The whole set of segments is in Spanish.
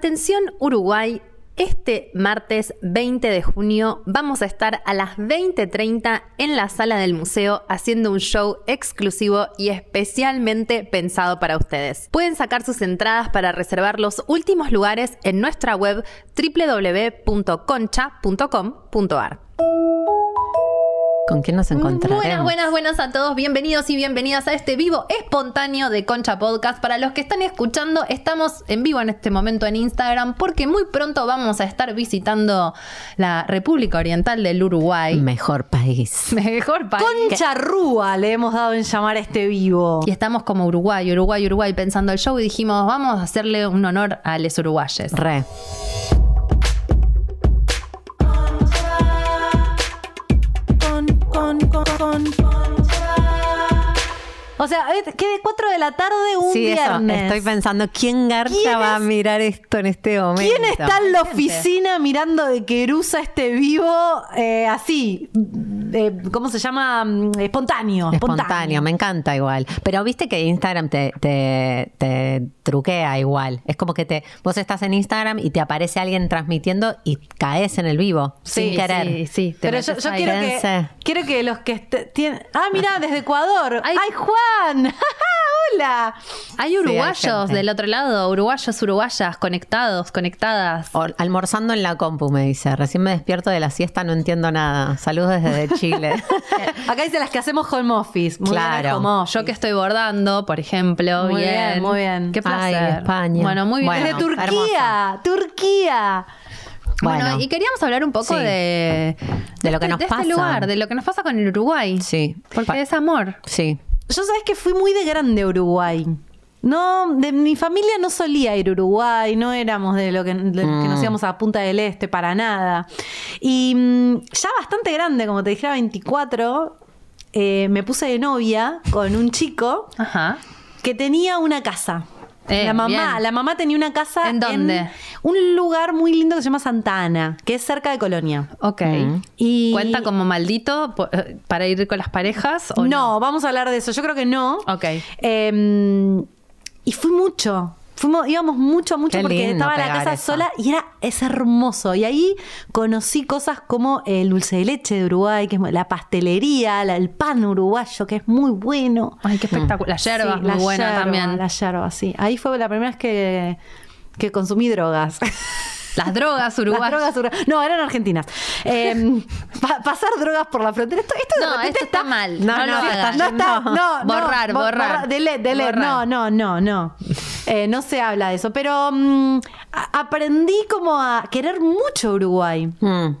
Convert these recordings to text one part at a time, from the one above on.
Atención Uruguay, este martes 20 de junio vamos a estar a las 20.30 en la sala del museo haciendo un show exclusivo y especialmente pensado para ustedes. Pueden sacar sus entradas para reservar los últimos lugares en nuestra web www.concha.com.ar. ¿Con quién nos encontraremos? Mm, Buenas, buenas, buenas a todos. Bienvenidos y bienvenidas a este vivo espontáneo de Concha Podcast. Para los que están escuchando, estamos en vivo en este momento en Instagram porque muy pronto vamos a estar visitando la República Oriental del Uruguay. Mejor país. Mejor país. Concha Rúa le hemos dado en llamar a este vivo. Y estamos como Uruguay, Uruguay, Uruguay pensando el show y dijimos, vamos a hacerle un honor a los uruguayes. Re. O sea, eh, que de 4 de la tarde un Sí, eso. viernes. Estoy pensando, ¿quién garcha ¿Quién va a es- mirar esto en este momento? ¿Quién está en la oficina mirando de querusa este vivo eh, así? eh, ¿Cómo se llama? Mm, Espontáneo, Espontáneo. Espontáneo. me encanta igual. Pero viste que Instagram te, te, te truquea igual. Es como que te vos estás en Instagram y te aparece alguien transmitiendo y caes en el vivo. Sí, sin querer. sí, sí, te Pero Pero yo, yo quiero, que, Dense. quiero que los que est- tienen... Ah, mira, desde Ecuador. Ay. ¡Ay, Juan! ¡Hola! Hay uruguayos gente. del otro lado, uruguayos, uruguayas, conectados, conectadas. O- almorzando en la compu, me dice. Recién me despierto de la siesta, no entiendo nada. Saludos desde Chile. Acá dice las que hacemos home office. Muy Eh. Claro. bien, home office. Yo que estoy bordando, por ejemplo. Muy bien, bien, muy bien. Qué placer. Ay, España. Bueno, muy bien. Bueno, Desde Turquía. Turquía. Bueno, Bueno. y queríamos hablar un poco Sí. de, De lo que nos este pasa. lugar, de lo que nos pasa con el Uruguay. Sí. Porque Pa- es amor. Sí. Yo sabes que fui muy de grande a Uruguay. No, de mi familia no solía ir a Uruguay, no éramos de lo que, de lo que Mm. nos íbamos a Punta del Este para nada. Y mm, ya bastante grande, como te dije, a 24, eh, me puse de novia con un chico Ajá. que tenía una casa. Eh, la mamá, bien. la mamá tenía una casa ¿En dónde? un lugar muy lindo que se llama Santa Ana, que es cerca de Colonia. Ok. Mm. Y ¿Cuenta como maldito po- eh, para ir con las parejas? O no, no? vamos a hablar de eso. Yo creo que no. Ok. Eh, y fui mucho. Fuimos, íbamos mucho, mucho Qué porque lindo estaba la pegar casa eso. sola y era es hermoso. Y ahí conocí cosas como el dulce de leche de Uruguay, que es mu- la pastelería, la- el pan uruguayo, que es muy bueno. Ay, qué espectacular. La Mm. yerba Sí, es muy la buena yerba, también. La yerba, sí. Ahí fue la primera vez que, que consumí drogas. Las drogas Las uruguayas. drogas ura- No, eran argentinas. Eh, pa- pasar drogas por la frontera. Esto, esto de No, repente esto está mal. No, No, lo no, hagan. está- no está, No. no, no. Borrar, Bo- borrar. Delete, delete. Borrar. No, no, no, no. Eh, no se habla de eso. Pero mm, a- aprendí como a querer mucho Uruguay. Mm.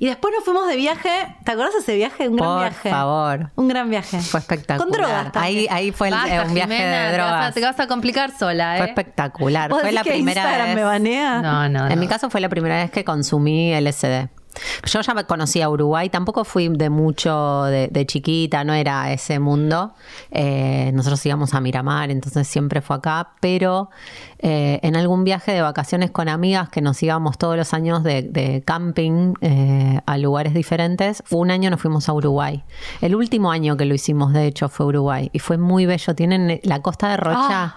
Y después nos fuimos de viaje. ¿Te acordás de ese viaje? Un gran Por viaje. favor. Un gran viaje. Fue espectacular. Con drogas ahí, también. ahí fue el- Basta, eh, un viaje Jimena, de te vas a- drogas. Te vas a complicar sola, ¿eh? Fue espectacular. ¿Vos Fue decís la que primera Instagram vez. me banea? No, no, no. En mi caso fue la primera vez que consumí LSD. Yo ya conocía Uruguay, tampoco fui de mucho de, de chiquita, no era ese mundo. Eh, nosotros íbamos a Miramar, entonces siempre fue acá, pero eh, en algún viaje de vacaciones con amigas que nos íbamos todos los años de, de camping eh, a lugares diferentes, un año nos fuimos a Uruguay. El último año que lo hicimos, de hecho, fue Uruguay y fue muy bello. Tienen la costa de Ah. Rocha.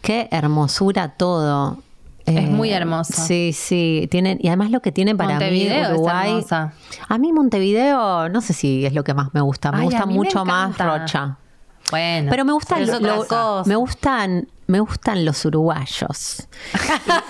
Qué hermosura todo. Eh, Es muy hermoso. Sí, sí. Tienen, y además lo que tiene para Montevideo mí es Uruguay. hermosa. a mí Montevideo, no sé si es lo que más me gusta. Me Ay, a gusta mí me mucho más encanta. Rocha. Bueno. Pero me gusta es lo- otra lo- cosa. me gustan, me gustan los uruguayos.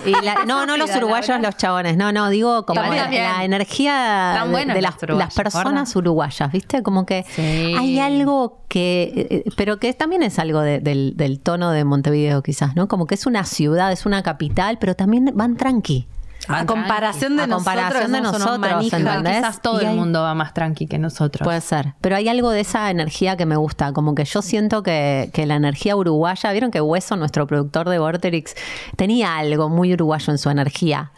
Y- y la- no, no los Mira, la uruguayos, verdad. los chabones. No, no, digo como También. la, la energía Están de, buenos de los las, uruguayos, las personas ¿verdad? uruguayas, ¿viste? Como que Sí. hay algo que, eh, pero que también es algo de- del, del tono de Montevideo, quizás, ¿no? Como que es una ciudad, es una capital, pero también van tranqui. A comparación de A nosotros. comparación de que somos unos nosotros, manijas. ¿entendés? Quizás todo Y el hay- mundo va más tranqui que nosotros. Puede ser. Pero hay algo de esa energía que me gusta. Como que yo siento que, que la energía uruguaya. Vieron que Hueso, nuestro productor de Vorterix, tenía algo muy uruguayo en su energía.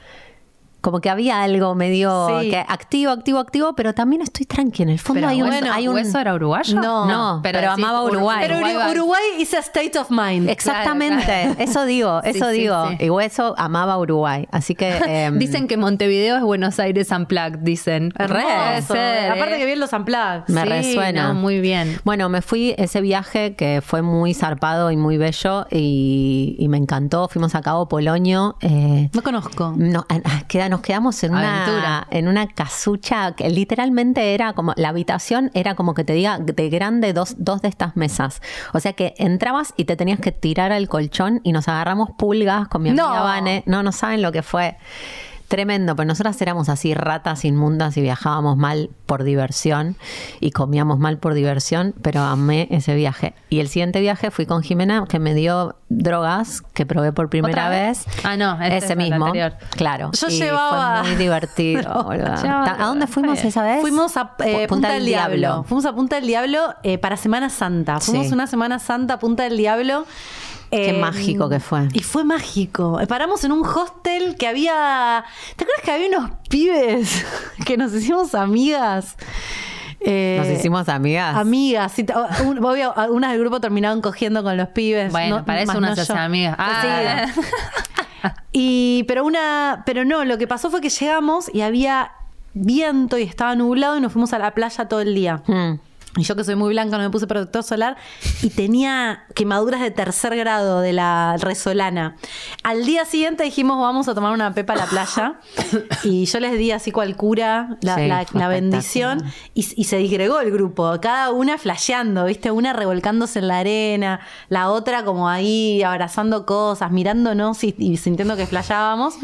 como que había algo medio Sí. que activo, activo, activo, pero también estoy tranqui. En el fondo Pero hay un... bueno, hay un- ¿Hueso era uruguayo? No, No, pero, pero decís, amaba Ur- Uruguay. Pero Uruguay Uru- va- Uruguay is a state of mind. Exactamente, Claro, claro. eso digo, Sí, eso sí, digo. sí. Y Hueso amaba Uruguay, así que... em, Dicen que Montevideo es Puenos Aires Unplugged, dicen. Puede Hermoso. ser, Aparte ¿eh? que bien los unplugs. Me Sí, resuena. no, muy bien. Bueno, me fui ese viaje que fue muy zarpado y muy bello y, y me encantó. Fuimos a Cabo Polonio. eh, No conozco. no, ah, ah, queda- nos quedamos en una, Aventura. en una casucha que literalmente era como, la habitación era como que te diga de grande dos, dos de estas mesas. O sea que entrabas y te tenías que tirar al colchón y nos agarramos pulgas con mi amiga No. Vane. No, no saben lo que fue. Tremendo, pero nosotras éramos así ratas inmundas y viajábamos mal por diversión y comíamos mal por diversión, pero amé ese viaje. Y el siguiente viaje fui con Jimena, que me dio drogas que probé por primera ¿Otra vez. vez? Ah, no, este es ese el mismo. anterior. Claro. Yo y llevaba- Fue muy divertido, No, boluda. llevaba- Ta- ¿A dónde fuimos Está bien. esa vez? Fuimos a eh, Pu- Punta, del Diablo. Fuimos a Punta del Diablo eh, para Semana Santa. Fuimos Sí. una Semana Santa a Punta del Diablo. Qué eh, mágico que fue. Y fue mágico. Eh, Paramos en un hostel que había. ¿Te acuerdas que había unos pibes que nos hicimos amigas? Eh, Nos hicimos amigas. Amigas, sí, t- un- obvio, algunas del grupo terminaron cogiendo con los pibes. Bueno, no- para eso más uno no se hace yo. amiga. Ah, Sí. Y, pero una, pero no, lo que pasó fue que llegamos y había viento y estaba nublado y nos fuimos a la playa todo el día. Mm. Y yo que soy muy blanca no me puse protector solar y tenía quemaduras de tercer grado de la resolana. Al día siguiente dijimos vamos a tomar una pepa a la playa y yo les di así cual cura la, Sí, la- fue la bendición y, y se disgregó el grupo, cada una flasheando, viste, una revolcándose en la arena, la otra como ahí abrazando cosas, mirándonos y, y sintiendo que flasheábamos.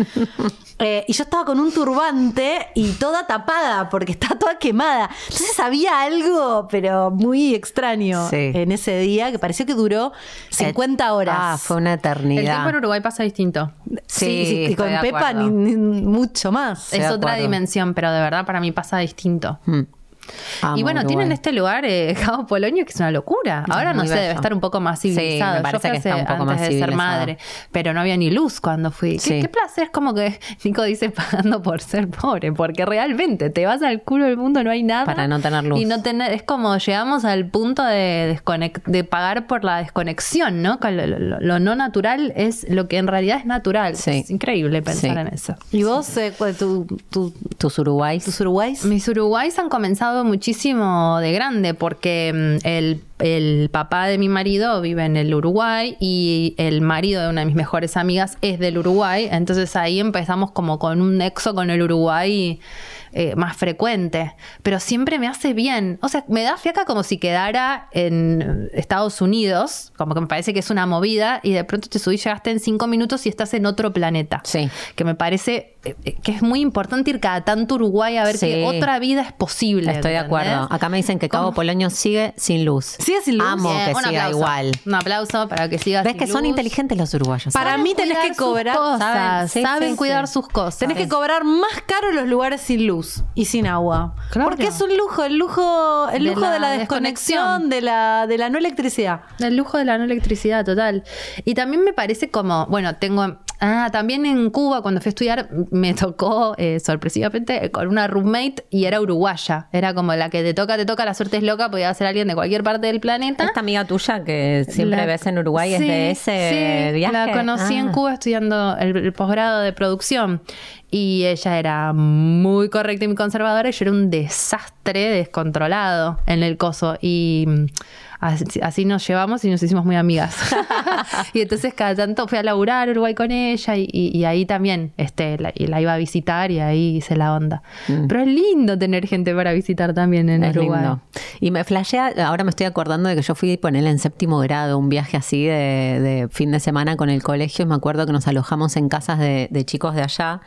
Eh, y yo estaba con un turbante y toda tapada, porque estaba toda quemada. Entonces había algo, pero muy extraño Sí. en ese día, que pareció que duró 50 horas. Ah, fue una el eternidad. tiempo en Uruguay pasa distinto. Sí, sí, y estoy con de Pepa acuerdo. ni, ni mucho más. Sí, de es otra acuerdo. dimensión, pero de verdad para mí pasa distinto. Mm. Amo Hmm. y bueno, Uruguay. tienen este lugar, eh, Cabo Polonio, que es una locura. Ahora no muy sé, bello. debe estar un poco más Sí, me civilizado. Yo parece fui que está hace- un poco antes más de ser civilizado. madre, pero no había ni luz cuando fui. ¿Qué, Sí. qué placer, como que Nico dice pagando por ser pobre, porque realmente te vas al culo del mundo, no hay nada. Para no tener luz. Y no tener, es como llegamos al punto de, desconec- de pagar por la desconexión, ¿no? Que lo, lo- lo no natural es lo que en realidad es natural. Sí. Es increíble pensar Sí. en eso. ¿Y vos, eh, cu- tu- tu- este- Tus Uruguays. tus uruguays? Mis uruguayos han comenzado muchísimo de grande porque mm, el, el papá de mi marido vive en el Uruguay y el marido de una de mis mejores amigas es del Uruguay. Entonces ahí empezamos como con un nexo con el Uruguay eh, más frecuente. Pero siempre me hace bien. O sea, me da fiaca como si quedara en Estados Unidos, como que me parece que es una movida y de pronto te subís, llegaste en cinco minutos y estás en otro planeta. Sí. Que me parece eh, eh, que es muy importante ir cada tanto a Uruguay a ver Sí. que otra vida es posible. Estoy de ¿entendés? acuerdo. Acá me dicen que Cabo Polonio sigue sin luz. ¿Sigue sin luz? Amo Bien, que un siga aplauso. igual. Un aplauso para que sigas. ¿Ves que son inteligentes los uruguayos? Para mí tenés que cobrar, Sus cosas, saben, saben, sí, sí, cuidar sí. sus cosas. Tenés que cobrar más caro los lugares sin luz y sin agua. Claro. Porque es un lujo, el lujo, el De lujo de la, la desconexión. desconexión, de la, de la no electricidad. El lujo de la no electricidad, total. Y también me parece como, bueno, tengo. Ah, también en Cuba, cuando fui a estudiar, me tocó eh, sorpresivamente eh, con una roommate y era uruguaya. Era como la que te toca, te toca, la suerte es loca, podía ser alguien de cualquier parte del planeta. Esta amiga tuya que siempre La- ves en Uruguay es Sí, de ese sí, viaje. La conocí en Ah. Cuba estudiando el, el posgrado de producción y ella era muy correcta y muy conservadora y yo era un desastre descontrolado en el coso y mm, así, así nos llevamos y nos hicimos muy amigas. y entonces cada tanto fui a laburar a Uruguay con ella y, y- y ahí también este, la, y la iba a visitar y ahí hice la onda. Pero es lindo tener gente para visitar también en Mm. Es Uruguay. lindo. Y me flashea, ahora me estoy acordando de que yo fui ponerle en séptimo grado un viaje así de, de fin de semana con el colegio y me acuerdo que nos alojamos en casas de, de chicos de allá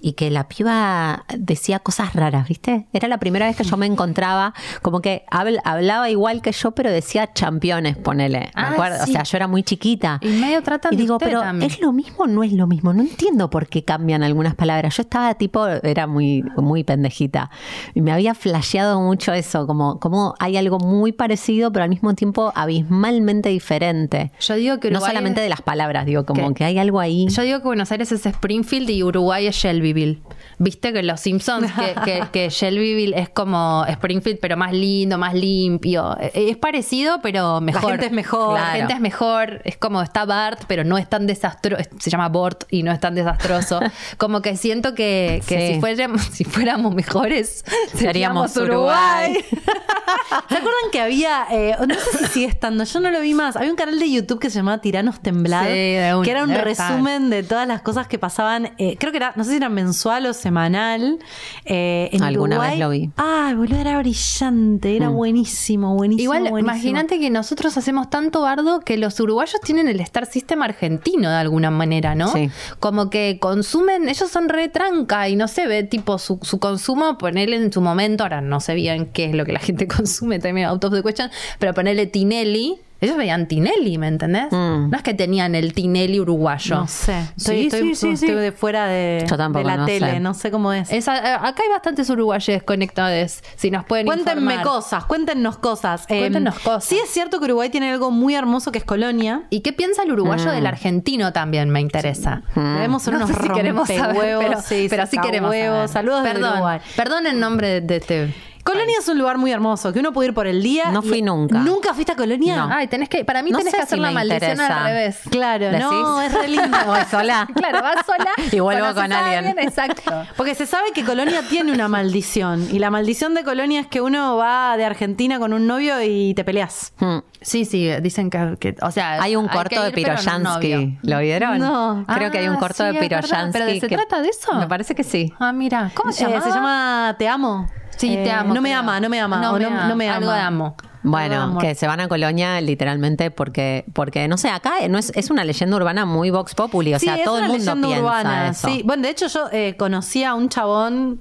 y que la piba decía cosas raras, ¿viste? Era la primera vez que yo me me encontraba, como que habl- hablaba igual que yo, pero decía championes, ponele. ¿me Ah, acuerdo? sí. O sea, yo era muy chiquita. Y medio tratan Y de digo, usted pero también. ¿es lo mismo o no es lo mismo? No entiendo por qué cambian algunas palabras. Yo estaba tipo, era muy, muy pendejita. Y me había flasheado mucho eso, como, como hay algo muy parecido, pero al mismo tiempo abismalmente diferente. Yo digo que no Uruguay solamente es- de las palabras, digo, como ¿Qué? que hay algo ahí. Yo digo que Buenos Aires es Springfield y Uruguay es Shelbyville. Viste que los Simpsons, que, que- que Shelbyville es como Springfield, pero más lindo, más limpio. Eh, Es parecido, pero mejor. gente es mejor. La Claro. gente es mejor. Es como está Bart, pero no es tan desastroso. Se llama Bort y no es tan desastroso. Como que siento que, que Sí. si, fuéramos, si fuéramos mejores, Seríamos seríamos, Uruguay. Uruguay. Ah. ¿Se acuerdan que había, eh, no sé si sigue estando, yo no lo vi más, había un canal de YouTube que se llamaba Tiranos Temblados, Sí, de un- que era un debe resumen de todas las cosas que pasaban, eh, creo que era, no sé si era mensual o semanal, eh, en Alguna Uruguay. vez lo vi. Ay, boludo, era brillante, era buenísimo, buenísimo, Mm. Igual, buenísimo. imagínate que nosotros hacemos tanto bardo que los uruguayos tienen el Star System argentino de alguna manera, ¿no? Sí. Como que consumen, ellos son re tranca y no se ve tipo su, su consumo, ponerle en su momento, ahora no sé bien qué es lo que la gente consume, también out of the question, pero ponerle Tinelli. Ellos veían Tinelli, ¿me entendés? Mm. No es que tenían el Tinelli uruguayo. No sé, estoy, Sí, estoy- sí, sí, estoy sí. de fuera de, Yo tampoco, de la no sé. tele, no sé cómo es. Es a- acá hay bastantes uruguayes conectados. Si nos pueden Cuéntenme informar. cosas, cuéntenos cosas. Eh, Cuéntenos cosas. Sí es cierto que Uruguay tiene algo muy hermoso que es Colonia. ¿Y qué piensa el uruguayo Mm. del argentino también? Me interesa. Debemos ser Mm. No unos sé si queremos saber, rompehuevos, pero sí, pero sí queremos saber. sacahuevos. Saludos perdón, de Uruguay. Perdón en nombre de, de este... Colonia es un lugar muy hermoso, que uno puede ir por el día. No y- fui nunca. ¿Nunca fuiste a Colonia? No. Ay, tenés que... Para mí No tenés sé que hacer si la me maldición interesa. al revés. Claro, ¿Decís? no, es re lindo. Voy sola. Claro, vas sola Y vuelvo conoces con a alguien. Exacto. Porque se sabe que Colonia tiene una maldición. Y la maldición de Colonia es que uno va de Argentina con un novio y te peleas. Mm. Sí, sí, dicen que... que- o sea, Hay un que corto de ir, pero no Piroyansky. novio. ¿Lo vieron? No. Creo que hay un Ah, corto sí, de es verdad. Piroyansky. ¿Pero de- se que- trata de eso? Me parece que sí. Ah, mira. ¿Cómo se Eh, llama? se llama Te amo. Sí, Eh, te amo. No me creo. ama, no me ama. o No, no me ama. Algo de amo. Algo de Bueno, amor. que se van a Colonia literalmente porque, porque no sé, acá no es, es una leyenda urbana muy vox populi, o sea, todo el mundo piensa eso. Sí, bueno, de hecho yo eh, conocí a un chabón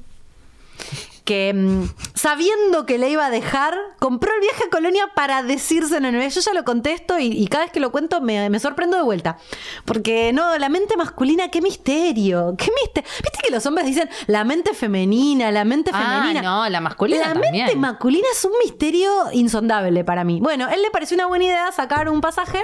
que mm, sabiendo que le iba a dejar, compró el viaje a Colonia para decírselo en el Yo ya lo contesto y, y cada vez que lo cuento me, me sorprendo de vuelta. Porque no, la mente masculina, qué misterio, qué misterio. Viste que los hombres dicen la mente femenina, la mente Ah, femenina. no, la masculina La también. mente masculina es un misterio insondable para mí. Bueno, él le pareció una buena idea sacar un pasaje.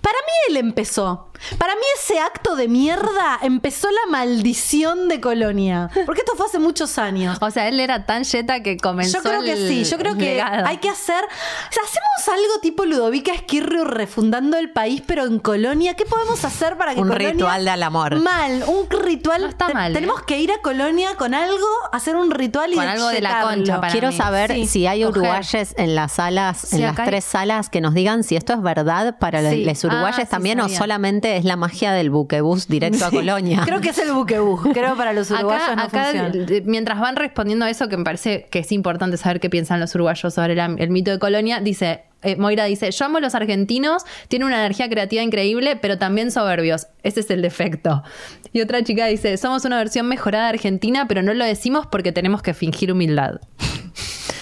Para mí él empezó. Para mí ese acto de mierda empezó la maldición de Colonia. Porque esto fue hace muchos años. O sea, él era tan yeta que comenzó Yo creo que el sí, yo creo que legado. hay que hacer. o sea, hacemos algo tipo Ludovica Esquirrio refundando el país, pero en Colonia. ¿Qué podemos hacer para que Un Colonia- ritual del amor. Mal, un ritual. No está Te- mal, ¿eh? Tenemos que ir a Colonia con algo, hacer un ritual y Con algo de la yetarlo. concha para Quiero mí. saber Sí, si hay coger. uruguayes en las salas, en las acá hay- tres salas, que nos digan si esto es verdad para Sí. los Ah, uruguayes sí, también o sabía. solamente es la magia del buquebús directo a Colonia. Creo que es el buquebús. Creo para los uruguayos Acá, no acá, funciona. eh, mientras van respondiendo a eso, que me parece que es importante saber qué piensan los uruguayos sobre la- el mito de Colonia, dice, eh, Moira dice, yo amo a los argentinos, tienen una energía creativa increíble, pero también soberbios. Ese es el defecto. Y otra chica dice, somos una versión mejorada de Argentina, pero no lo decimos porque tenemos que fingir humildad.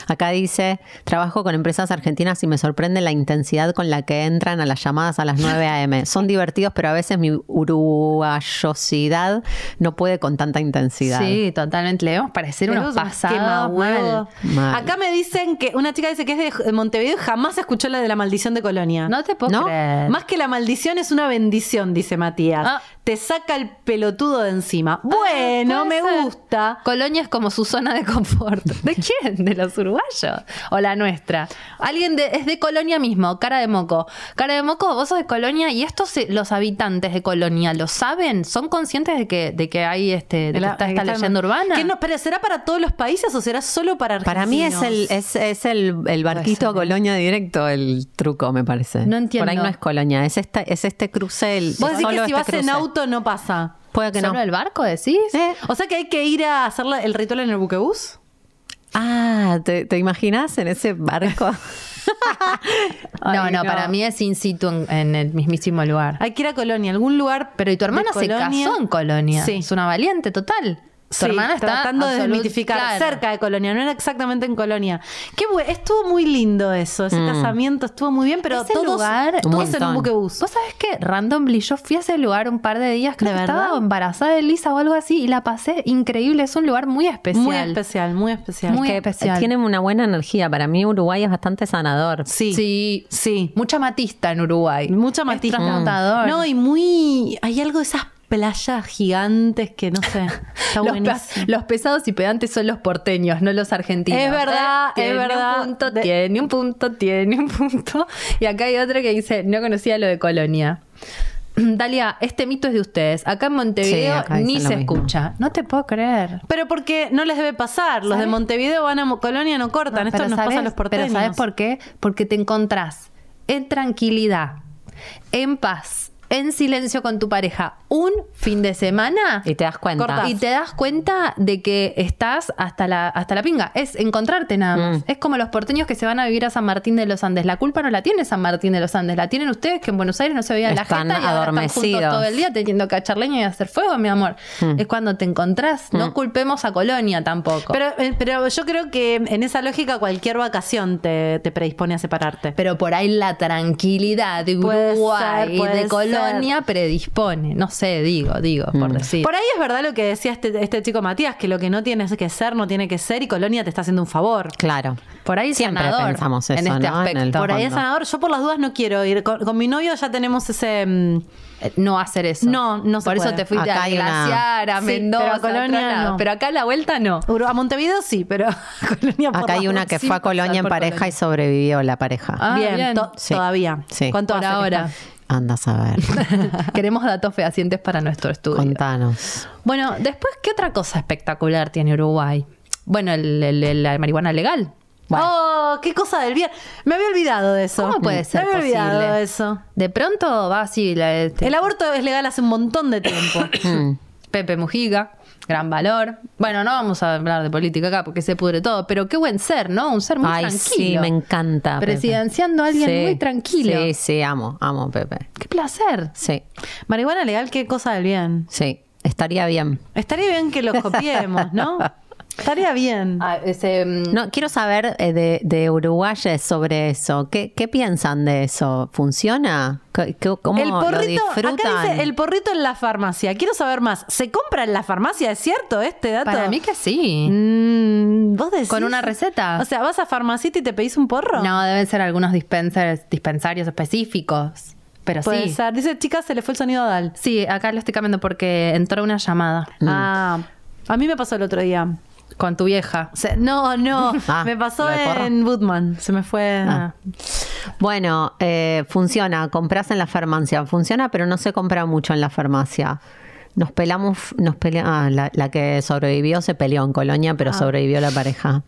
Acá dice, trabajo con empresas argentinas y me sorprende la intensidad con la que entran a las llamadas a las 9 a.m. Son divertidos, pero a veces mi uruguayosidad no puede con tanta intensidad. Sí, totalmente. Le debemos parecer Pero unos es un pasados quemahuevo. mal. Mal. Acá me dicen que una chica dice que es de Montevideo y jamás escuchó la de la maldición de Colonia. No te puedo ¿No? creer. Más que la maldición es una bendición, dice Matías. Ah. Te saca el pelotudo de encima. Bueno, Ah, me puede ser. gusta. Colonia es como su zona de confort. ¿De quién? ¿De los uruguayos? ¿O la nuestra? Alguien de, es de Colonia mismo, cara de moco. Cara de moco, vos sos de Colonia y estos se- los habitantes de Colonia lo saben, son conscientes de que, de que hay este, de que La- está que esta está- leyenda urbana. Que no, pero ¿será para todos los países o será solo para argentinos? Para mí es el, es, es el, el barquito a Colonia directo el truco, me parece. No entiendo. Por ahí no es Colonia, es, esta, es este cruce. El, Vos decís solo que este si vas en cruce. auto no pasa. Puede que ¿Solo no. el barco decís? Eh. O sea que hay que ir a hacer la- el ritual en el buquebús. Ah, ¿te, te imaginas en ese barco? Ay, no, no, para mí es in situ en, en el mismísimo lugar. Hay que ir a Colonia, algún lugar. Pero y tu de hermana se Colonia. casó en Colonia. Sí. Es una valiente total. Su hermana está tratando de absolut- desmitificar claro. cerca de Colonia, no era exactamente en Colonia. Qué bu- estuvo muy lindo eso, ese casamiento estuvo muy bien, pero Mm. Ese todos, lugar- Un todos en montón. un buquebús. Vos sabés que randomly yo fui a ese lugar un par de días, creo ¿De que verdad? estaba embarazada de Lisa o algo así y la pasé increíble, es un lugar muy especial. Muy especial, muy especial. Muy Que- especial. Tienen una buena energía. Para mí Uruguay es bastante sanador. Sí. Sí. Sí, mucha matista en Uruguay. Mucha Es matista. transmutador. No, y muy. Hay algo de esas playas gigantes que no sé. Está los, pe- buenísimo. los pesados y pedantes son los porteños, no los argentinos. Es verdad, Eh, tiene es verdad. Un punto, De- Tiene un punto, tiene un punto. Y acá hay otro que dice, no conocía lo de Colonia. Dalia, este mito es de ustedes. Acá en Montevideo Sí, acá dicen ni lo se mismo. escucha. No te puedo creer. Pero porque no les debe pasar. Los de ¿Sabés? Montevideo van a Mo- Colonia, no cortan. Esto Pero nos pasa a los porteños. Pero ¿sabes por qué? Porque te encontrás en tranquilidad, en paz, en silencio con tu pareja un fin de semana. Y te das cuenta. Corta. Y te das cuenta de que estás hasta la, hasta la pinga. Es encontrarte nada más. Mm. Es como los porteños que se van a vivir a San Martín de los Andes. La culpa no la tiene San Martín de los Andes. La tienen ustedes que en Buenos Aires no se veía la Están jeta y ahora están juntos adormecidos. Mm. todo el día teniendo que echar leña y hacer fuego, mi amor. Es cuando te encontrás. No culpemos a Colonia tampoco. Pero, Pero, eh, pero yo creo que en esa lógica cualquier vacación te, te predispone a separarte. por ahí la tranquilidad de Puede ser, Uruguay y puede de ser. Colonia predispone. No sé, digo, digo, por decir. Por ahí es verdad lo que decía este, este chico Matías, que lo que no tienes que ser, no tiene que ser, y Colonia te está haciendo un favor. Claro. Por ahí es Siempre sanador pensamos en eso, este ¿no? aspecto. el Por ahí es fondo. sanador. Yo por las dudas no quiero ir. Con, con mi novio ya tenemos ese... mm, eh, no hacer eso. No, no se Por eso puede. te fuiste Acá a hay una- Glaciar, a Sí, Mendoza, pero a a otro Colonia lado. no. Pero acá a la vuelta no. Uru- A Montevideo sí, pero a Colonia por Acá hay las una dudas, que sí. fue a Colonia en por pareja Colonia. y sobrevivió la pareja. Ah, bien, bien. to- Sí. todavía. Sí. ¿Cuánto Por hace que ahora. está? Andas a ver. Queremos datos fehacientes para nuestro estudio. Contanos. Bueno, después, ¿qué otra cosa espectacular tiene Uruguay? Bueno, el- el- el- la marihuana legal. Oh, qué cosa del bien. Me había olvidado de eso. ¿Cómo puede ser Me había olvidado posible? de eso. De pronto va así la- este, El aborto es legal hace un montón de tiempo. Pepe Mujiga, gran valor. Bueno, no vamos a hablar de política acá porque se pudre todo, pero qué buen ser, ¿no? Un ser muy Ay, tranquilo. sí, me encanta. Pepe. Presidenciando a alguien Sí, muy tranquilo. Sí, sí, amo, amo, Pepe. Qué placer. Sí, Marihuana legal, qué cosa del bien. sí. Estaría bien. Estaría bien que los copiemos, ¿no? Estaría bien. Ah, ese, mm, No, quiero saber eh, de, de uruguayes sobre eso. ¿Qué, qué piensan de eso? ¿Funciona? ¿Qué- qué- ¿Cómo el lo porrito, disfrutan? acá dice el porrito en la farmacia. Quiero saber más. ¿Se compra en la farmacia? ¿Es cierto este dato? Para mí que sí. Mm, ¿Vos decís? ¿Con una receta? O sea, vas a farmacita y te pedís un porro. No, deben ser algunos dispensers, dispensarios específicos. Pero Puede sí. ser. Dice, chicas, se le fue el sonido a Dal. Sí, acá lo estoy cambiando porque entró una llamada Ah, a mí me pasó el otro día. con tu vieja. Se- no, no. Ah, me pasó ¿lo de porro? en Woodman. Se me fue. Ah. Bueno, eh, funciona, compras en la farmacia, funciona, pero no se compra mucho en la farmacia. Nos pelamos, nos pelea, ah, la, la que sobrevivió se peleó en Colonia, pero sobrevivió la pareja.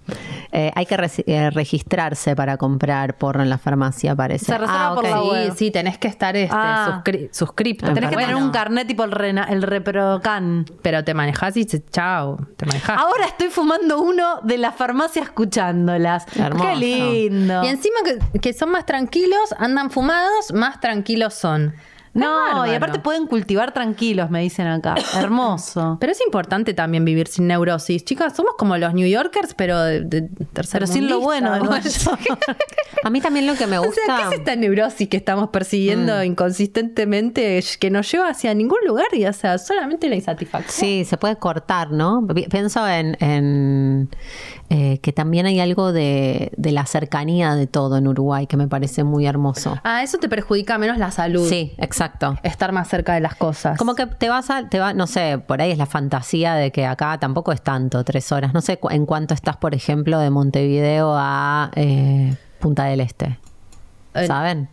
Eh, hay que resi- eh, registrarse para comprar porro en la farmacia, parece. Ah, Se reserva por ok. la Sí, web. Ah, sí, tenés que estar este, Ah. suscri- suscripto. Tenés que Pero tener bueno, un carnet tipo el, rena- el reprocan. Pero te manejás y te- chao, te manejás. Ahora estoy fumando uno de la farmacia escuchándolas. Hermoso. Qué lindo. Y encima que, que son más tranquilos, andan fumados, más tranquilos son. Es no, bárbaro. y aparte pueden cultivar tranquilos, me dicen acá. Hermoso. Pero es importante también vivir sin neurosis. Chicas, somos como los New Yorkers, pero de, de tercer Pero sin lo bueno, mundista, digo ¿no? yo. A mí también lo que me O gusta. sea, ¿qué es esta neurosis que estamos persiguiendo Mm. inconsistentemente que nos lleva hacia ningún lugar y hacia solamente la insatisfacción? Sí, se puede cortar, ¿no? Pi- Pienso en, en, eh, que también hay algo de, de la cercanía de todo en Uruguay que me parece muy hermoso. Ah, eso te perjudica menos la salud. Sí, exacto. Estar más cerca de las cosas. Como que te vas a, te va, no sé, por ahí es la fantasía de que acá tampoco es tanto, tres horas. No sé cu- en cuánto estás, por ejemplo, de Montevideo a eh, Punta del Este. Eh, ¿Saben?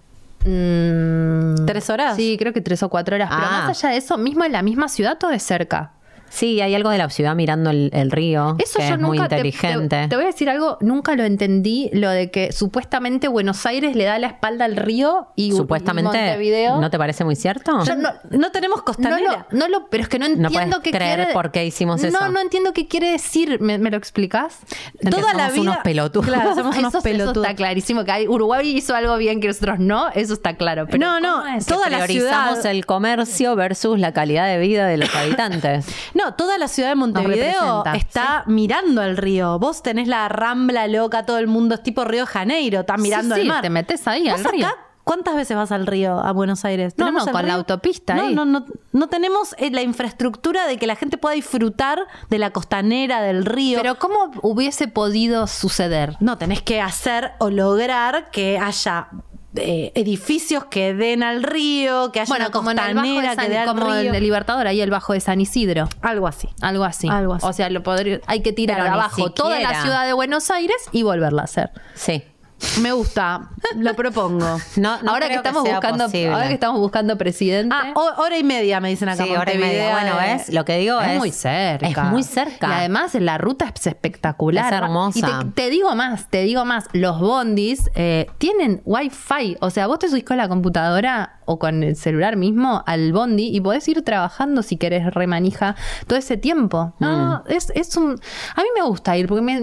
mm, ¿Tres horas? Sí, creo que tres o cuatro horas. Pero Ah. más allá de eso, mismo en la misma ciudad, todo es cerca. Sí, hay algo de la ciudad mirando el, el río. Eso que yo es nunca muy te- inteligente. Te, te voy a decir algo, nunca lo entendí, lo de que supuestamente Buenos Aires le da la espalda al río y Supuestamente, y Montevideo. ¿no te parece muy cierto? Yo no- No tenemos no costanera. lo, no lo- pero es que no entiendo puedes qué creer quiere- por qué hicimos eso. No, no entiendo qué quiere decir. ¿Me, me lo explicás? que Toda la somos vida. unos pelotudos. Claro, somos eso, unos eso pelotudos. está clarísimo. Que hay- Uruguay hizo algo bien que nosotros no, eso está claro. Pero No, no, ¿cómo es? toda la Priorizamos ciudad. el comercio versus la calidad de vida de los habitantes. No, toda la ciudad de Montevideo representa, está mirando al río. Vos tenés la rambla loca, todo el mundo es tipo Río Janeiro, está mirando Sí, al sí, mar. te metes ahí ¿Vos al río. acá ¿Cuántas veces vas al río a Buenos Aires? No, ¿Tenemos no, el con la río? autopista No, ahí. no, no, no tenemos eh, la infraestructura de que la gente pueda disfrutar de la costanera, del río. Pero ¿cómo hubiese podido suceder? No, tenés que hacer o lograr que haya eh, edificios que den al río, que haya Bueno, una como en el bajo costanera de que San, dé al como el río. de Libertador, ahí el bajo de San Isidro. Algo así. Algo así. Algo así. O sea, lo podría, hay que tirar Pero ni abajo toda la siquiera. ciudad de Buenos Aires y volverla a hacer. Sí. Me gusta, lo propongo. No, no ahora creo que estamos sea buscando, posible. ahora que estamos buscando presidente. Ah, ho- hora y media me dicen acá. Sí, hora y media. Montevideo, Bueno, eh. ¿ves? Lo que digo es. es muy cerca. Es muy cerca. Y además la ruta es espectacular. Es hermosa. Y te, te digo más, te digo más. Los bondis eh, tienen wifi. O sea, vos te subís con la computadora o con el celular mismo al bondi y podés ir trabajando si querés remanija todo ese tiempo. No, Mm. es, es un... A mí me gusta ir porque me,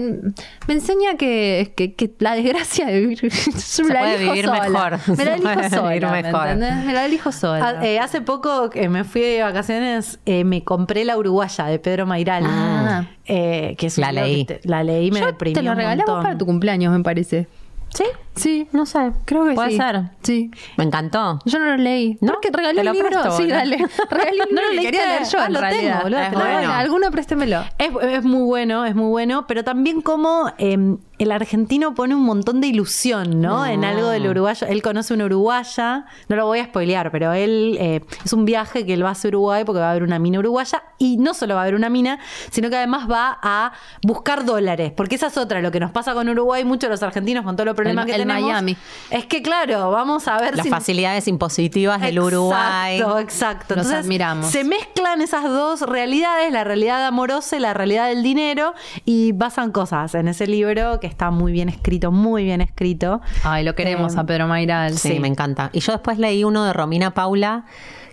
me enseña que, que- que la desgracia de vivir... Se puede vivir mejor. Me la Se elijo puede sola, vivir ¿me mejor. entendés? Me la elijo sola. Ah, eh, hace poco que me fui de vacaciones, eh, me compré La Uruguaya de Pedro Mairal. Ah. Eh, que es un La libro que leí. te- la leí, me Yo deprimí te lo un regalamos montón. para tu cumpleaños, me parece. ¿Sí? Sí, No sé. creo que Puede sí. ser. Sí. Me encantó. Yo no lo leí. ¿No? ¿No? Porque regalé Te lo el libro. presto, sí, boludo. dale. Regalé el libro No lo que quería leíste. leer yo, Ah, en lo tengo, realidad. boludo, Ah, te lo bueno, regalo. alguno préstemelo. Es, es muy bueno, es muy bueno, pero también como eh, el argentino pone un montón de ilusión, ¿no? Mm. En algo del uruguayo. Él conoce una uruguaya, no lo voy a spoilear, pero él eh, es un viaje que él va hacia Uruguay porque va a haber una mina uruguaya y no solo va a haber una mina, sino que además va a buscar dólares, porque esa es otra, lo que nos pasa con Uruguay, muchos los argentinos con todos los problemas El- que el tenemos. Miami. Es que claro, vamos a ver Las si facilidades impositivas del Uruguay. Exacto, exacto. Los Entonces, admiramos. Se mezclan esas dos realidades, la realidad amorosa y la realidad del dinero, y pasan cosas en ese libro que está muy bien escrito, muy bien escrito. Ay, lo queremos Eh, a Pedro Mairal. Sí, me encanta. Y yo después leí uno de Romina Paula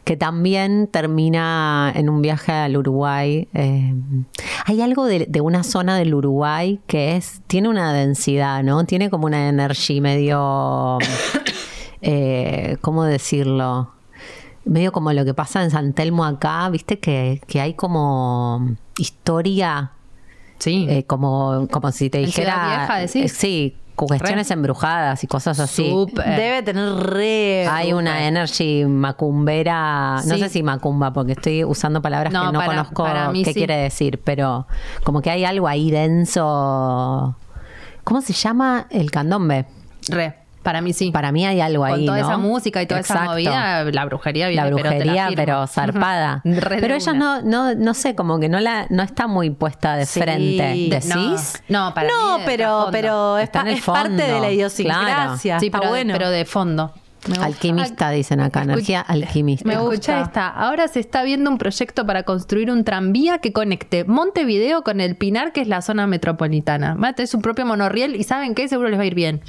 que también termina en un viaje al Uruguay. Eh, hay algo de, de una zona del Uruguay que es tiene una densidad, ¿no? Tiene como una energía medio, eh, ¿cómo decirlo? Medio como lo que pasa en San Telmo acá, viste que, que hay como historia Sí. eh, como, como si te En dijera. Ciudad Vieja, decís. eh, sí, con cuestiones embrujadas y cosas así. Súper. Debe tener re. Hay una energy macumbera, no Sí. sé si macumba, porque estoy usando palabras No, que no para- conozco para mí qué sí. quiere decir, pero como que hay algo ahí denso. ¿Cómo se llama el candombe? Re. Para mí sí. Para mí hay algo Con ahí. toda ¿no? esa música y toda esa Exacto. movida, la brujería viene, La pero, te la brujería, firmo. pero, zarpada. Re de pero ella una. no, no, no sé, como que no la, no está muy puesta de Sí. frente. ¿Decís? No, no, para no, mí de pero, trasfondo. pero es, Está en pa- el es parte fondo, de la idiosincrasia. Sí, está pero, bueno. pero de fondo. Alquimista, dicen acá, energía alquimista. Me gusta esta. Ahora se está viendo un proyecto para construir un tranvía que conecte Montevideo con el Pinar, que es la zona metropolitana. Va a tener su propio monorriel y ¿saben qué? Seguro les va a ir bien.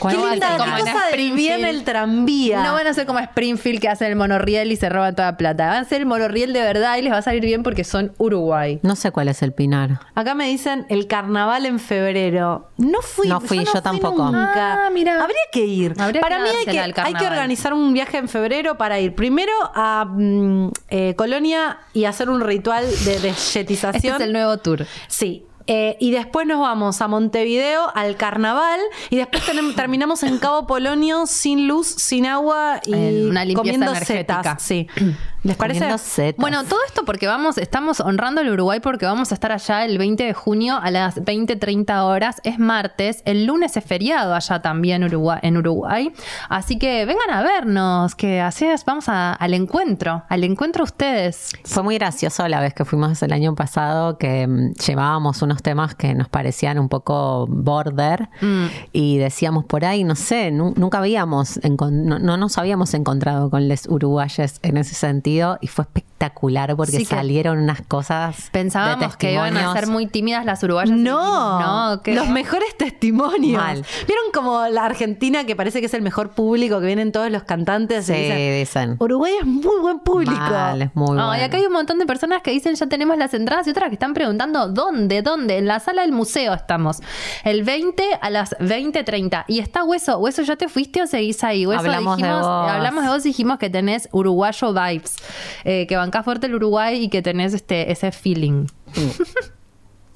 Qué No va a linda ser como en cosa del bien Springfield. el tranvía. No van a ser como Springfield que hacen el monorriel y se roban toda la plata. Van a ser el monorriel de verdad y les va a salir bien porque son Uruguay. No sé cuál es el pinar. Acá me dicen el carnaval en febrero. No fui, No fui, yo tampoco. nunca. Ah, mirá. Habría que ir. Habría para que mí hay dársela que, al hay que carnaval. organizar un viaje en febrero para ir primero a mm, eh, Colonia y hacer un ritual de desyetización. Este es el nuevo tour. Sí. Eh, y después nos vamos a Montevideo, al carnaval, y después tenem- terminamos en Cabo Polonio sin luz, sin agua y En una limpieza comiendo energética. setas. Sí. ¿Les parece? Comiendo setas. Bueno, todo esto porque vamos, estamos honrando el Uruguay porque vamos a estar allá el 20 de junio a las 20.30 horas. Es martes, el lunes es feriado allá también Uruguay, en Uruguay. Así que vengan a vernos, que así es, vamos a- al encuentro, al encuentro ustedes. Fue muy gracioso la vez que fuimos el año pasado, que mm, llevábamos unos temas que nos parecían un poco border Mm. y decíamos por ahí, no sé, nu- nunca habíamos, encon- no, no nos habíamos encontrado con los uruguayes en ese sentido y fue espectacular porque Sí que- salieron unas cosas. de Pensábamos que iban a testimonios. ser muy tímidas las uruguayas. y No, dijimos, no, que los mejores testimonios. Mal. ¿Vieron como la Argentina, que parece que es el mejor público, que vienen todos los cantantes? y Sí, dicen, dicen. Uruguay es muy buen público. Mal, es Ah, muy y bueno. acá hay un montón de personas que dicen ya tenemos las entradas y otras que están preguntando dónde, dónde. En la sala del museo estamos. El 20 a las 20.30. Y está Hueso. Hueso, ¿ya te fuiste o seguís ahí? Hueso, Hablamos de dijimos, vos. hablamos de vos y dijimos que tenés uruguayo vibes. eh, que bancás fuerte el Uruguay y que tenés este, ese feeling. Mm.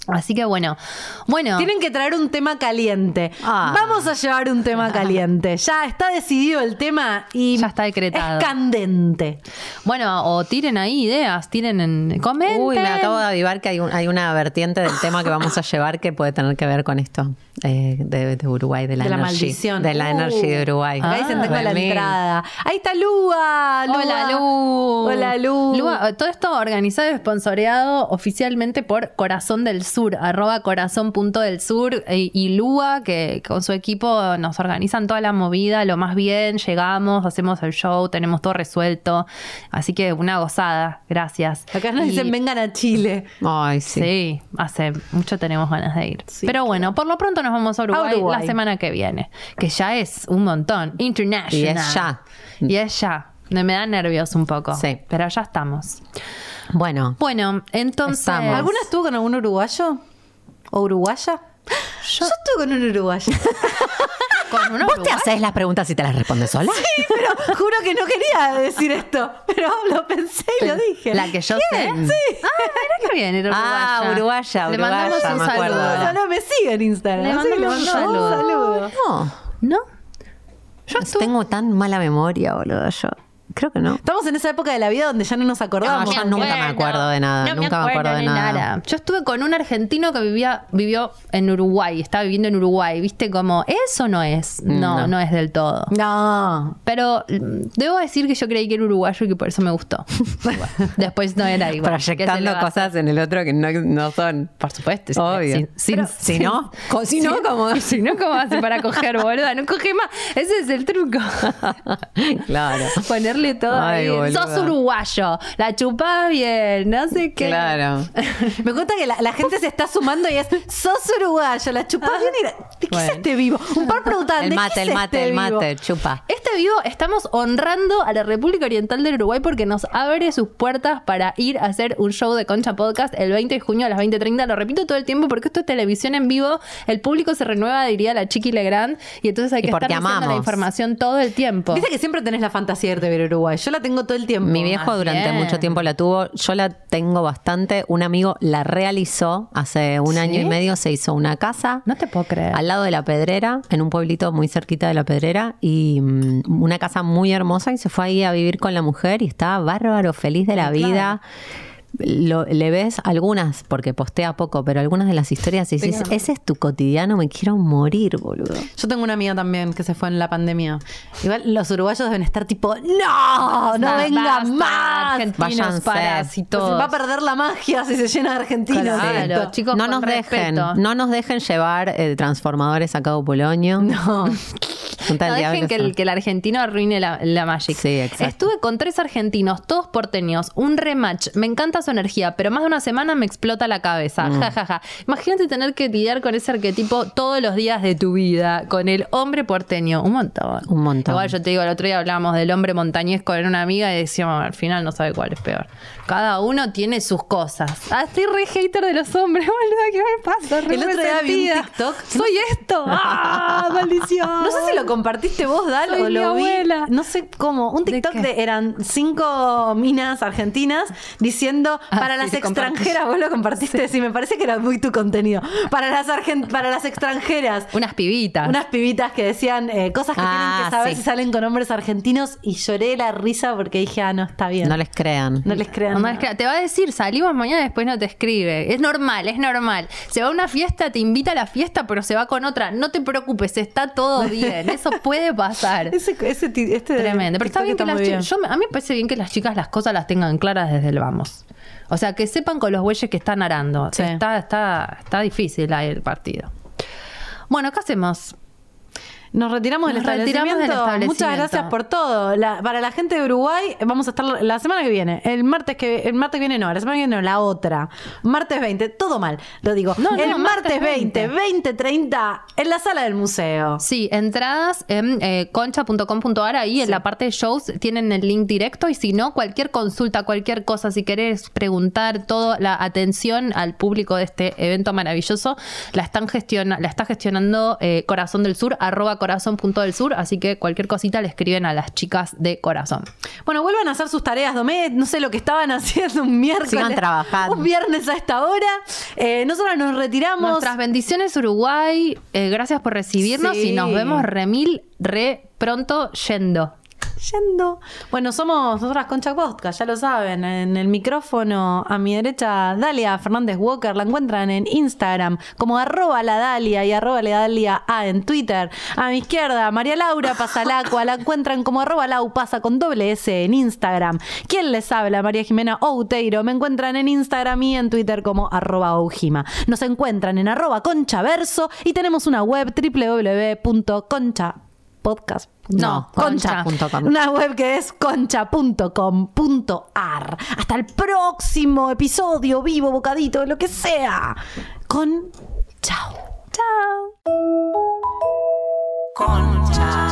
Así que bueno. Bueno. Tienen que traer un tema caliente. Ah. Vamos a llevar un tema caliente. Ya está decidido el tema y Ya está decretado. es candente. Bueno, o tiren ahí ideas, tiren en. Comenten. Uy, me acabo de avivar que hay, un- hay una vertiente del tema que vamos a llevar que puede tener que ver con esto eh, de, de Uruguay, de la, de la energy, maldición. De la Uh. energy de Uruguay. Ah, Acá dicen tengo la Remil. entrada. Ahí está Lua. Lua. Hola, Lu. Hola, Lu. Lua, eh, todo esto organizado y esponsoreado oficialmente por Corazón del Sur, arroba corazón.delsur eh, y Lua, que con su equipo nos organizan toda la movida, lo más bien, llegamos, hacemos el show, tenemos todo resuelto. Así que una gozada, gracias. Acá nos Y- dicen vengan a Chile. Ay, Sí. sí. hace mucho tenemos ganas de ir. Sí, Pero bueno, por lo pronto nos vamos a Uruguay, Uruguay. la semana que viene, que ya es un montón. International. Y es ya. Y es ya. Me me da nervios un poco. Sí. Pero ya estamos. Bueno, Bueno, entonces. Estamos. ¿Alguna- ¿Alguna estuvo con algún uruguayo? ¿O uruguaya? Yo, estuve con un uruguayo. con una ¿Vos te uruguaya? haces las preguntas y te las respondes sola? pero juro que no quería decir esto. Pero lo pensé y lo dije. La que yo sé. Sí. Ah, mira que bien, era Ah, uruguaya. uruguaya, Le mandamos uruguaya, un me acuerdo saludo. ahora. No, no, me sigue en Instagram. Le así que mandamos le mando un saludo. No. ¿No? Yo No estuve- tengo tan mala memoria, boludo. Yo creo que no. Estamos en esa época de la vida donde ya no nos acordamos. No, yo nunca me acuerdo de nada, nunca me acuerdo de nada. Yo estuve con un argentino que vivía, vivió en Uruguay, estaba viviendo en Uruguay, viste como, ¿es o no es? No, Mm, no. no, es del todo. No. Pero mm, debo decir que yo creí que era uruguayo y que por eso me gustó. Igual, Después no era igual. ¿Qué se le Proyectando va a hacer? cosas en el otro que no, no son. Por supuesto. sí, Obvio. sin- sin- Pero, sin- si no, co- si no, ¿cómo? Si no, ¿cómo hace para coger, boluda? No coge más. Ese es el truco. Claro. Ponerle todo Ay, ahí. boluda. Sos uruguayo. La chupás bien. No sé qué. Claro. Me cuenta que la, la gente se está sumando y es, sos uruguayo, la chupás bien y la- ¿de qué Bueno. es este vivo? Un par preguntaban, Ah. El ¿de qué mate, es el mate, este el vivo? mate, chupa. Este vivo estamos honrando a la República Oriental del Uruguay porque nos abre sus puertas para ir a hacer un show de Concha Podcast el 20 de junio a las 20.30. Lo repito todo el tiempo porque esto es televisión en vivo. El público se renueva, diría la Chiqui Legrand. Y entonces hay Y que estar porque diciendo la amamos. información todo el tiempo. Dice que siempre tenés la fantasía de irte a ver Uruguay. Yo la tengo todo el tiempo. Mi viejo más durante bien. mucho tiempo la tuvo, yo la tengo bastante. Un amigo la realizó hace un ¿Sí? año y medio, se hizo una casa. No te puedo creer. Al lado de la Pedrera, en un pueblito muy cerquita de la Pedrera, y mm, una casa muy hermosa, y se fue ahí a vivir con la mujer y estaba bárbaro, feliz de la vida. Lo- le ves algunas, porque postea poco, pero algunas de las historias y dices, ese es tu cotidiano, me quiero morir, boludo. Yo tengo una amiga también que se fue en la pandemia. Igual los uruguayos deben estar tipo, ¡No! ¡No Basta, venga basta, más! Pues argentinos, Váyanse. parásitos. Va a perder la magia si se llena de argentinos. Claro, esto. chicos, no con nos dejen, respeto. no nos dejen llevar eh, transformadores a Cabo Polonio. No. Con tal No diablo dejen que son. el, que el argentino arruine la, la Magic. Sí, exacto. Estuve con tres argentinos, todos porteños, un rematch. Me encanta su energía, pero más de una semana me explota la cabeza. Mm. Ja, ja, ja. Imagínate tener que lidiar con ese arquetipo todos los días de tu vida, con el hombre porteño. Un montón. Un montón. Igual yo te digo, el otro día hablábamos del hombre montañés con una amiga y decíamos, al final no sabe cuál es peor. Cada uno tiene sus cosas. Ah, estoy re hater de los hombres, boludo. ¿Qué me pasa? Re El otro día vi un resentida. TikTok. Soy esto. ¡Ah! ¡Maldición! No sé si lo compartiste vos, Dal, Soy o lo mi vi. abuela. No sé cómo. Un ¿De TikTok qué? de, eran cinco minas argentinas diciendo Ah, para sí, las sí, compartí. extranjeras, vos lo compartiste, sí. me parece que era muy tu contenido. Para las argen- para las extranjeras. Unas pibitas. Unas pibitas que decían eh, cosas que tienen Ah, que saber sí. si salen con hombres argentinos y lloré la risa porque dije, ah, no, está bien. No les crean. No les crean. No les crea- Te va a decir, salimos mañana, después no te escribe. Es normal, es normal. Se va a una fiesta, te invita a la fiesta, pero se va con otra. No te preocupes, está todo bien. Eso puede pasar. Ese, ese ti- este Tremendo. Pero está TikTok bien que las muy chi- yo me- A mí me parece bien que las chicas las cosas las tengan claras desde el vamos. O sea, que sepan con los bueyes que están arando. Sí. Está, está, está difícil ahí el partido. Bueno, ¿qué hacemos? Nos retiramos, del, Nos retiramos del establecimiento. Muchas establecimiento. gracias por todo. La- para la gente de Uruguay, vamos a estar la semana que viene. El martes que el martes que viene no, la semana que viene no, la otra. Martes 20, todo mal, lo digo. No, no, el martes martes 20, 20, 30, en la sala del museo. Sí, entradas en eh, concha.com.ar, ahí en la parte de shows tienen el link directo y si no, cualquier consulta, cualquier cosa, si querés preguntar, toda la atención al público de este evento maravilloso, la están gestiona, la está gestionando eh, Corazón del Sur, arroba arroba corazón.del sur, así que cualquier cosita le escriben a las chicas de corazón. Bueno, vuelvan a hacer sus tareas, domé, no sé lo que estaban haciendo un miércoles. Sigan trabajando. Un viernes a esta hora. Eh, nosotros nos retiramos. Nuestras bendiciones, Uruguay. Eh, gracias por recibirnos Sí. y nos vemos remil, re pronto yendo. Yendo. Bueno, somos nosotras Concha Podcast, ya lo saben. En el micrófono a mi derecha, Dalia Fernández Walker. La encuentran en Instagram como arroba la Dalia y arroba la Dalia A en Twitter. A mi izquierda, María Laura Pasalacua. La encuentran como arroba laupasa con doble S en Instagram. ¿Quién les habla? María Jimena Outeiro. Me encuentran en Instagram y en Twitter como arroba Oujima. Nos encuentran en arroba conchaverso y tenemos una web www.concha podcast. No, concha. concha.com. Una web que es concha.com.ar. Hasta el próximo episodio, vivo, bocadito, lo que sea. Con chao. Chao. Concha.